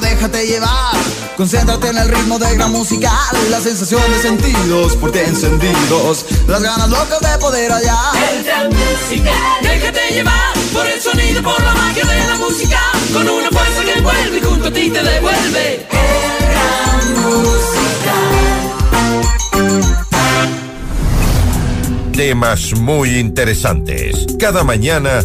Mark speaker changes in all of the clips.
Speaker 1: déjate llevar. Concéntrate en el ritmo de gran musical, la sensación de sentidos por ti encendidos, las ganas locas de poder hallar.
Speaker 2: El gran musical, déjate llevar por el sonido, por la magia de la música, con una fuerza que envuelve y junto a ti te devuelve. El gran musical.
Speaker 3: Temas muy interesantes. Cada mañana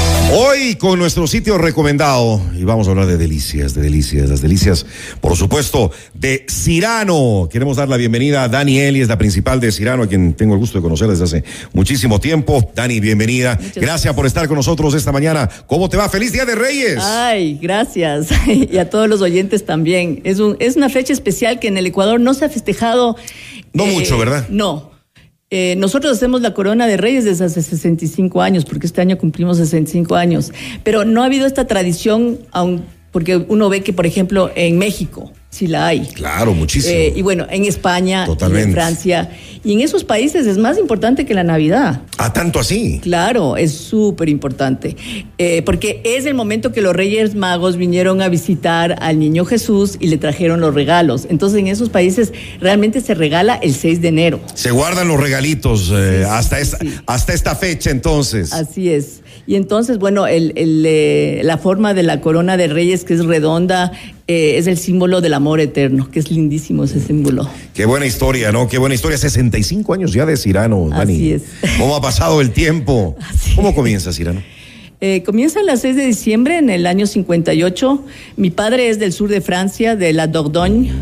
Speaker 4: Hoy con nuestro sitio recomendado, y vamos a hablar de delicias, de delicias, las delicias, por supuesto, de Cirano. Queremos dar la bienvenida a Dani Eli, es la principal de Cirano, a quien tengo el gusto de conocer desde hace muchísimo tiempo. Dani, bienvenida. Muchas gracias, gracias por estar con nosotros esta mañana. ¿Cómo te va? ¡Feliz Día de Reyes!
Speaker 5: Ay, gracias. Y a todos los oyentes también. Es, un, es una fecha especial que en el Ecuador no se ha festejado.
Speaker 4: No eh, mucho, ¿verdad?
Speaker 5: No, eh, nosotros hacemos la corona de reyes desde hace 65 años, porque este año cumplimos 65 años, pero no ha habido esta tradición, aun, porque uno ve que, por ejemplo, en México sí la hay.
Speaker 4: Claro, muchísimo.
Speaker 5: Eh, y bueno, en España, Totalmente. Y en Francia, y en esos países es más importante que la Navidad.
Speaker 4: Ah, tanto así.
Speaker 5: Claro, es súper importante, eh, porque es el momento que los Reyes Magos vinieron a visitar al niño Jesús y le trajeron los regalos. Entonces, en esos países realmente se regala el 6 de enero.
Speaker 4: Se guardan los regalitos eh, sí, hasta, sí, esta, sí. hasta esta fecha, entonces.
Speaker 5: Así es. Y entonces, bueno, el, el, la forma de la corona de reyes, que es redonda, eh, es el símbolo del amor eterno, que es lindísimo ese símbolo.
Speaker 4: Qué buena historia, ¿no? Qué buena historia. 65 años ya de Cirano, Dani.
Speaker 5: Así es.
Speaker 4: ¿Cómo ha pasado el tiempo? Así ¿Cómo comienza Cirano?
Speaker 5: Eh, comienza a las 6 de diciembre en el año 58. Mi padre es del sur de Francia, de la Dordogne.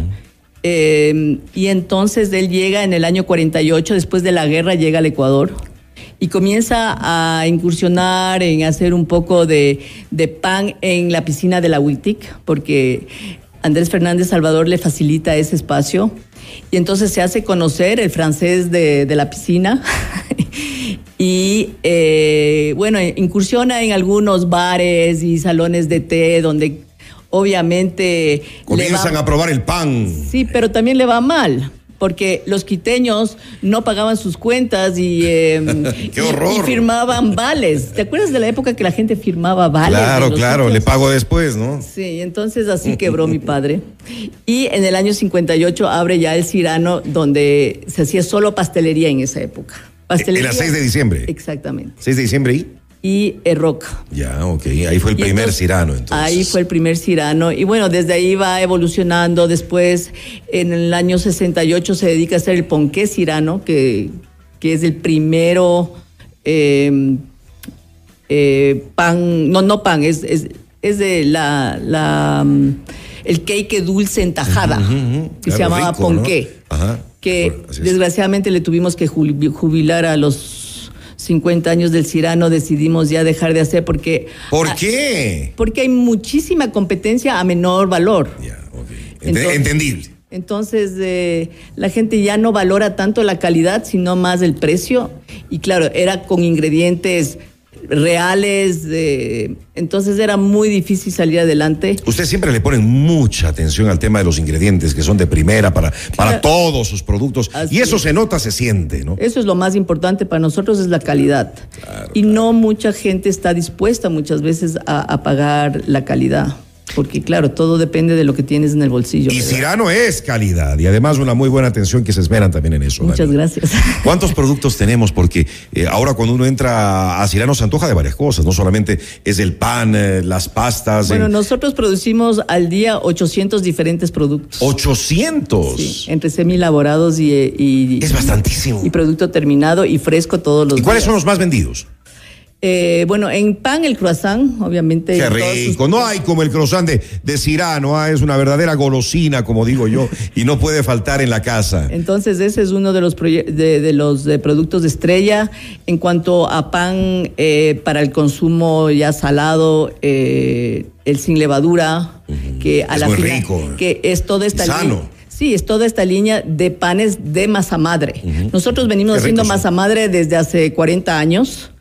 Speaker 5: Eh, y entonces él llega en el año 48, después de la guerra llega al Ecuador y comienza a incursionar en hacer un poco de, de pan en la piscina de la WITIC, porque Andrés Fernández Salvador le facilita ese espacio. Y entonces se hace conocer el francés de, de la piscina. y eh, bueno, incursiona en algunos bares y salones de té donde obviamente...
Speaker 4: Comienzan va, a probar el pan.
Speaker 5: Sí, pero también le va mal porque los quiteños no pagaban sus cuentas y, eh,
Speaker 4: ¡Qué horror!
Speaker 5: y, firmaban vales. ¿Te acuerdas de la época que la gente firmaba vales?
Speaker 4: Claro, claro, otros? le pago después, ¿no?
Speaker 5: Sí, entonces así quebró mi padre. Y en el año 58 abre ya el Cirano, donde se hacía solo pastelería en esa época. Pastelería.
Speaker 4: En las 6 de diciembre.
Speaker 5: Exactamente.
Speaker 4: 6 de diciembre y
Speaker 5: y el rock.
Speaker 4: Ya, ok. Ahí fue el y primer entonces, Cirano, entonces.
Speaker 5: Ahí fue el primer Cirano. Y bueno, desde ahí va evolucionando. Después, en el año 68, se dedica a hacer el Ponqué Cirano, que, que es el primero eh, eh, pan. No, no pan, es, es, es de la. la mm, el cake dulce en tajada, uh -huh, uh -huh. que claro, se llamaba rico, Ponqué. ¿no? Ajá. Que bueno, desgraciadamente le tuvimos que jubilar a los 50 años del Cirano decidimos ya dejar de hacer porque...
Speaker 4: ¿Por qué?
Speaker 5: Porque hay muchísima competencia a menor valor. Ya, yeah,
Speaker 4: okay. entonces, Entendible.
Speaker 5: Entonces eh, la gente ya no valora tanto la calidad, sino más el precio. Y claro, era con ingredientes reales, eh, entonces era muy difícil salir adelante.
Speaker 4: Usted siempre le ponen mucha atención al tema de los ingredientes que son de primera para, para claro. todos sus productos Así y eso es. se nota, se siente, ¿no?
Speaker 5: Eso es lo más importante para nosotros, es la calidad. Claro, y claro. no mucha gente está dispuesta muchas veces a, a pagar la calidad. Porque claro, todo depende de lo que tienes en el bolsillo.
Speaker 4: Y Cirano es calidad y además una muy buena atención que se esperan también en eso.
Speaker 5: Muchas Dani. gracias.
Speaker 4: ¿Cuántos productos tenemos? Porque eh, ahora cuando uno entra a Cirano se antoja de varias cosas, no solamente es el pan, eh, las pastas.
Speaker 5: Bueno, eh... nosotros producimos al día 800 diferentes productos.
Speaker 4: ¿800?
Speaker 5: Sí, entre semi-elaborados y, y,
Speaker 4: Es bastantísimo.
Speaker 5: Y producto terminado y fresco todos los
Speaker 4: ¿Y
Speaker 5: días.
Speaker 4: cuáles son los más vendidos?
Speaker 5: Eh, bueno, en pan el croissant, obviamente.
Speaker 4: Qué rico. Sus... No hay como el croissant de, de Cirano, ah, es una verdadera golosina, como digo yo, y no puede faltar en la casa.
Speaker 5: Entonces, ese es uno de los, de, de los de productos de estrella. En cuanto a pan eh, para el consumo ya salado, eh, el sin levadura, uh -huh. que a
Speaker 4: es
Speaker 5: la
Speaker 4: muy fina, rico.
Speaker 5: que es toda esta
Speaker 4: Sano.
Speaker 5: Sí, es toda esta línea de panes de masa madre. Uh -huh. Nosotros venimos Qué haciendo masa son. madre desde hace 40 años.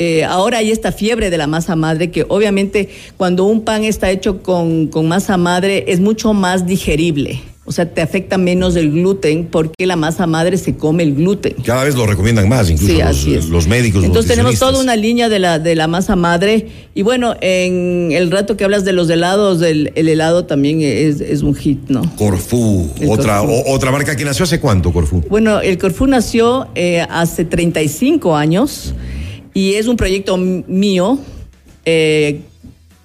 Speaker 5: Eh, ahora hay esta fiebre de la masa madre que obviamente cuando un pan está hecho con, con masa madre es mucho más digerible. O sea, te afecta menos el gluten porque la masa madre se come el gluten.
Speaker 4: Cada vez lo recomiendan más, incluso
Speaker 5: Sí,
Speaker 4: los,
Speaker 5: así es.
Speaker 4: los médicos.
Speaker 5: Entonces tenemos toda
Speaker 4: nutricionistas.
Speaker 5: una línea de la, de la masa madre. Y bueno, en el rato que hablas de los helados, el, el helado también es, es un hit, ¿no?
Speaker 4: Corfú,
Speaker 5: El
Speaker 4: otra,
Speaker 5: Corfú.
Speaker 4: o- otra marca que nació hace cuánto, Corfú.
Speaker 5: Bueno, el Corfú nació eh, hace 35 años y es un proyecto m- mío eh,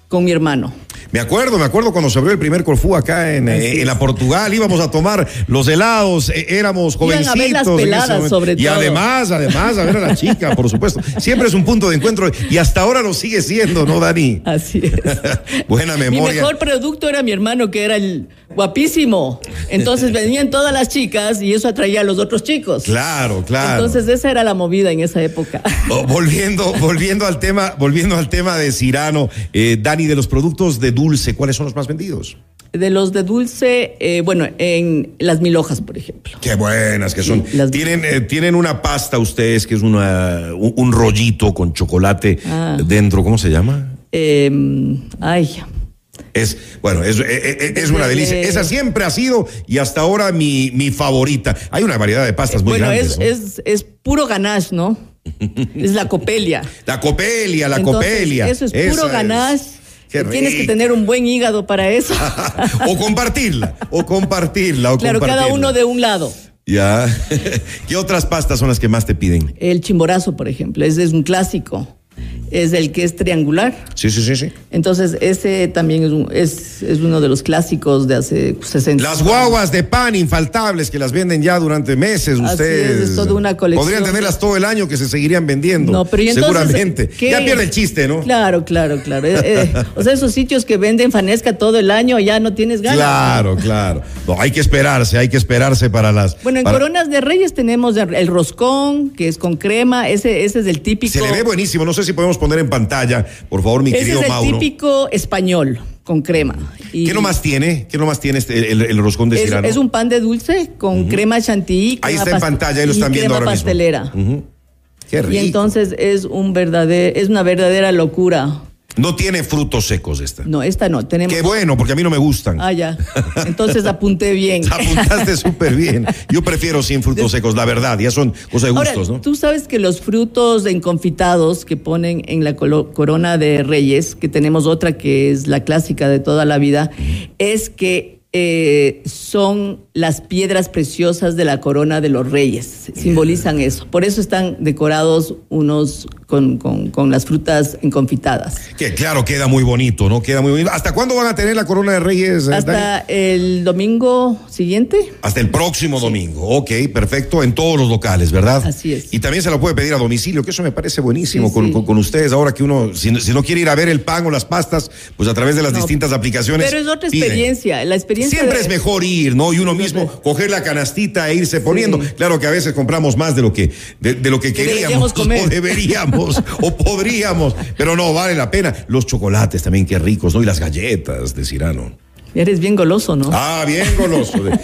Speaker 5: con mi hermano.
Speaker 4: Me acuerdo, me acuerdo cuando se abrió el primer Corfú acá en, eh, en la Portugal, íbamos a tomar los helados, eh, éramos
Speaker 5: Iban a
Speaker 4: jovencitos.
Speaker 5: ver las
Speaker 4: en ese
Speaker 5: peladas,
Speaker 4: momento.
Speaker 5: sobre
Speaker 4: Y
Speaker 5: todo.
Speaker 4: además, además, a ver a la chica, por supuesto. Siempre es un punto de encuentro y hasta ahora lo sigue siendo, ¿no, Dani?
Speaker 5: Así es.
Speaker 4: Buena
Speaker 5: Mi
Speaker 4: memoria.
Speaker 5: mejor producto era mi hermano, que era el guapísimo. Entonces venían todas las chicas y eso atraía a los otros chicos.
Speaker 4: Claro, claro.
Speaker 5: Entonces esa era la movida en esa época.
Speaker 4: Oh, Volviendo, volviendo al tema, volviendo al tema de Cirano, eh, Dani, de los productos de dulce, ¿cuáles son los más vendidos?
Speaker 5: De los de dulce, eh, bueno, en las mil hojas, por ejemplo.
Speaker 4: Qué buenas que son.
Speaker 5: Sí, las-
Speaker 4: Tienen, eh, tienen una pasta ustedes que es una, un, un rollito con chocolate
Speaker 5: Ah.
Speaker 4: dentro, ¿cómo se llama?
Speaker 5: Eh, ay,
Speaker 4: Es, bueno, es, eh, eh, es una
Speaker 5: Eh,
Speaker 4: delicia.
Speaker 5: eh.
Speaker 4: Esa siempre ha sido y hasta ahora mi, mi favorita. Hay una variedad de pastas muy
Speaker 5: bueno,
Speaker 4: grandes.
Speaker 5: es,
Speaker 4: ¿no?
Speaker 5: es, es puro ganache, ¿no? es la copelia.
Speaker 4: La copelia, la
Speaker 5: Entonces,
Speaker 4: copelia.
Speaker 5: Eso es
Speaker 4: Esa
Speaker 5: puro ganache.
Speaker 4: Qué
Speaker 5: Tienes que
Speaker 4: rico.
Speaker 5: tener un buen hígado para eso.
Speaker 4: o compartirla, o compartirla, o
Speaker 5: claro, cada
Speaker 4: compartirla.
Speaker 5: uno de un lado.
Speaker 4: Ya. ¿Qué otras pastas son las que más te piden?
Speaker 5: El chimborazo, por ejemplo, ese es un clásico. Es el que es triangular.
Speaker 4: Sí, sí, sí, sí.
Speaker 5: Entonces, ese también es, un- es, es uno de los clásicos de hace 60.
Speaker 4: Las guaguas de pan infaltables que las venden ya durante meses
Speaker 5: Así es,
Speaker 4: ustedes.
Speaker 5: es toda una colección.
Speaker 4: Podrían tenerlas todo el año que se seguirían vendiendo.
Speaker 5: No, pero y entonces,
Speaker 4: seguramente.
Speaker 5: ¿qué?
Speaker 4: Ya pierde el chiste, ¿no?
Speaker 5: Claro, claro, claro. Eh, eh, o sea, esos sitios que venden fanesca todo el año ya no tienes ganas.
Speaker 4: Claro, claro. No, hay que esperarse, hay que esperarse para las.
Speaker 5: Bueno, en
Speaker 4: para-
Speaker 5: Coronas de Reyes tenemos el roscón, que es con crema, ese, ese es el típico.
Speaker 4: Se le ve buenísimo. No sé si podemos poner en pantalla, por favor, mi
Speaker 5: ese
Speaker 4: querido
Speaker 5: es el
Speaker 4: Mauro.
Speaker 5: típico español, con crema. Y
Speaker 4: ¿Qué nomás tiene? ¿Qué nomás tiene este- el, el- el roscón de
Speaker 5: Es,
Speaker 4: Cirano?
Speaker 5: es un pan de dulce con crema chantilly.
Speaker 4: Ahí
Speaker 5: crema
Speaker 4: está en
Speaker 5: pas-
Speaker 4: pantalla, ahí lo
Speaker 5: y
Speaker 4: están viendo
Speaker 5: crema
Speaker 4: ahora mismo.
Speaker 5: pastelera.
Speaker 4: Qué rico.
Speaker 5: Y entonces es un verdadero, es una verdadera locura.
Speaker 4: No tiene frutos secos esta.
Speaker 5: No, esta no, tenemos.
Speaker 4: Qué bueno, porque a mí no me gustan.
Speaker 5: Ah, ya. Entonces apunté bien.
Speaker 4: Apuntaste súper bien. Yo prefiero sin frutos secos, la verdad. Ya son cosas de
Speaker 5: Ahora,
Speaker 4: gustos, ¿no?
Speaker 5: tú sabes que los frutos en confitados que ponen en la colo- corona de reyes, que tenemos otra que es la clásica de toda la vida, es que eh, son las piedras preciosas de la corona de los reyes. Simbolizan eso. Por eso están decorados unos con, con- con las frutas enconfitadas.
Speaker 4: Que claro, queda muy bonito, ¿no? Queda muy bonito. ¿Hasta cuándo van a tener la corona de reyes? eh, Dani?
Speaker 5: Hasta el domingo siguiente.
Speaker 4: Hasta el próximo domingo. Ok, perfecto. En todos los locales, ¿verdad?
Speaker 5: Así es.
Speaker 4: Y también se lo puede pedir a domicilio, que eso me parece buenísimo
Speaker 5: Sí,
Speaker 4: con,
Speaker 5: sí.
Speaker 4: con- con ustedes. Ahora que uno, si, no- si no quiere ir a ver el pan o las pastas, pues a través de las
Speaker 5: No,
Speaker 4: distintas aplicaciones.
Speaker 5: Pero es otra
Speaker 4: piden.
Speaker 5: experiencia. La experiencia
Speaker 4: Siempre
Speaker 5: de-
Speaker 4: es mejor ir, ¿no? Y uno mismo coger la canastita e irse poniendo. Claro que a veces compramos más de lo que, de, de lo que
Speaker 5: Que
Speaker 4: queríamos
Speaker 5: deberíamos comer.
Speaker 4: o deberíamos o podríamos, pero no vale la pena. Los chocolates también qué ricos, ¿no? Y las galletas de Cirano.
Speaker 5: Eres bien goloso, ¿no?
Speaker 4: Ah, bien goloso de, de-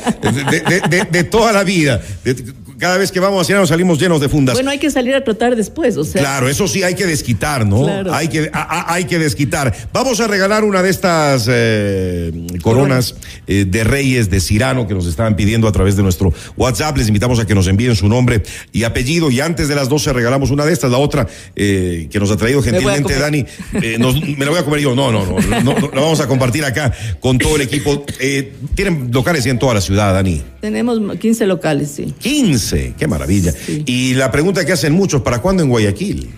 Speaker 4: de- de- de- de toda la vida. De- cada vez que vamos a Cirano salimos llenos de fundas.
Speaker 5: Bueno, hay que salir a trotar después, o sea.
Speaker 4: Claro, eso sí hay que desquitar, ¿no?
Speaker 5: Claro.
Speaker 4: Hay que a- a- hay que desquitar. Vamos a regalar una de estas eh, coronas eh, de reyes de Cirano que nos estaban pidiendo a través de nuestro WhatsApp. Les invitamos a que nos envíen su nombre y apellido y antes de las 12 regalamos una de estas, la otra eh, que nos ha traído
Speaker 5: voy a
Speaker 4: gentilmente
Speaker 5: comer.
Speaker 4: Dani. eh, nos- me la voy a comer yo. No, no, no, no, no, la vamos a compartir acá con todo el equipo. Eh, tienen locales en toda la ciudad, Dani.
Speaker 5: Tenemos 15 locales, sí.
Speaker 4: 15, qué maravilla.
Speaker 5: Sí.
Speaker 4: Y la pregunta que hacen muchos, ¿para cuándo en Guayaquil?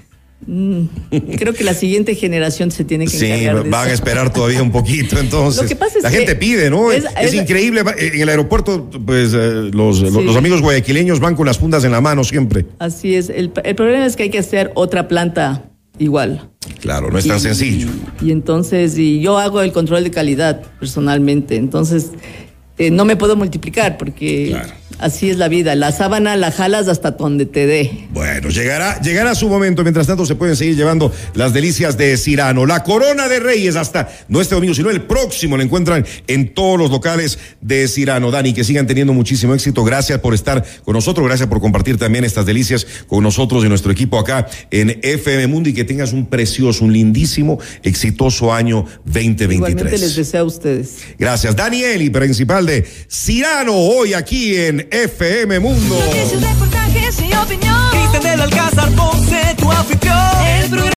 Speaker 5: Creo que la siguiente generación se tiene que
Speaker 4: Sí,
Speaker 5: encargar de
Speaker 4: van a
Speaker 5: eso.
Speaker 4: esperar todavía un poquito, entonces.
Speaker 5: Lo que pasa es
Speaker 4: la
Speaker 5: que
Speaker 4: gente pide, ¿no? Es,
Speaker 5: es-
Speaker 4: es
Speaker 5: es-
Speaker 4: increíble. va- En el aeropuerto, pues, eh, los, los-
Speaker 5: Sí.
Speaker 4: los amigos guayaquileños van con las fundas en la mano siempre.
Speaker 5: Así es. El, el problema es que hay que hacer otra planta igual.
Speaker 4: Claro, no es tan
Speaker 5: Y-
Speaker 4: sencillo.
Speaker 5: Y entonces, y yo hago el control de calidad personalmente. Entonces, eh, no me puedo multiplicar porque
Speaker 4: Claro.
Speaker 5: Así es la vida, la sábana la jalas hasta donde te dé.
Speaker 4: Bueno, llegará, llegará su momento. Mientras tanto, se pueden seguir llevando las delicias de Cirano. La corona de Reyes hasta no este domingo, sino el próximo. La encuentran en todos los locales de Cirano. Dani, que sigan teniendo muchísimo éxito. Gracias por estar con nosotros. Gracias por compartir también estas delicias con nosotros y nuestro equipo acá en FM Mundo. Y que tengas un precioso, un lindísimo, exitoso año 2023.
Speaker 5: Igualmente les deseo a ustedes.
Speaker 4: Gracias, Daniel y principal de Cirano, hoy aquí en FM Mundo.
Speaker 6: Noticias, reportajes y opinión.
Speaker 2: Cristian del Alcázar.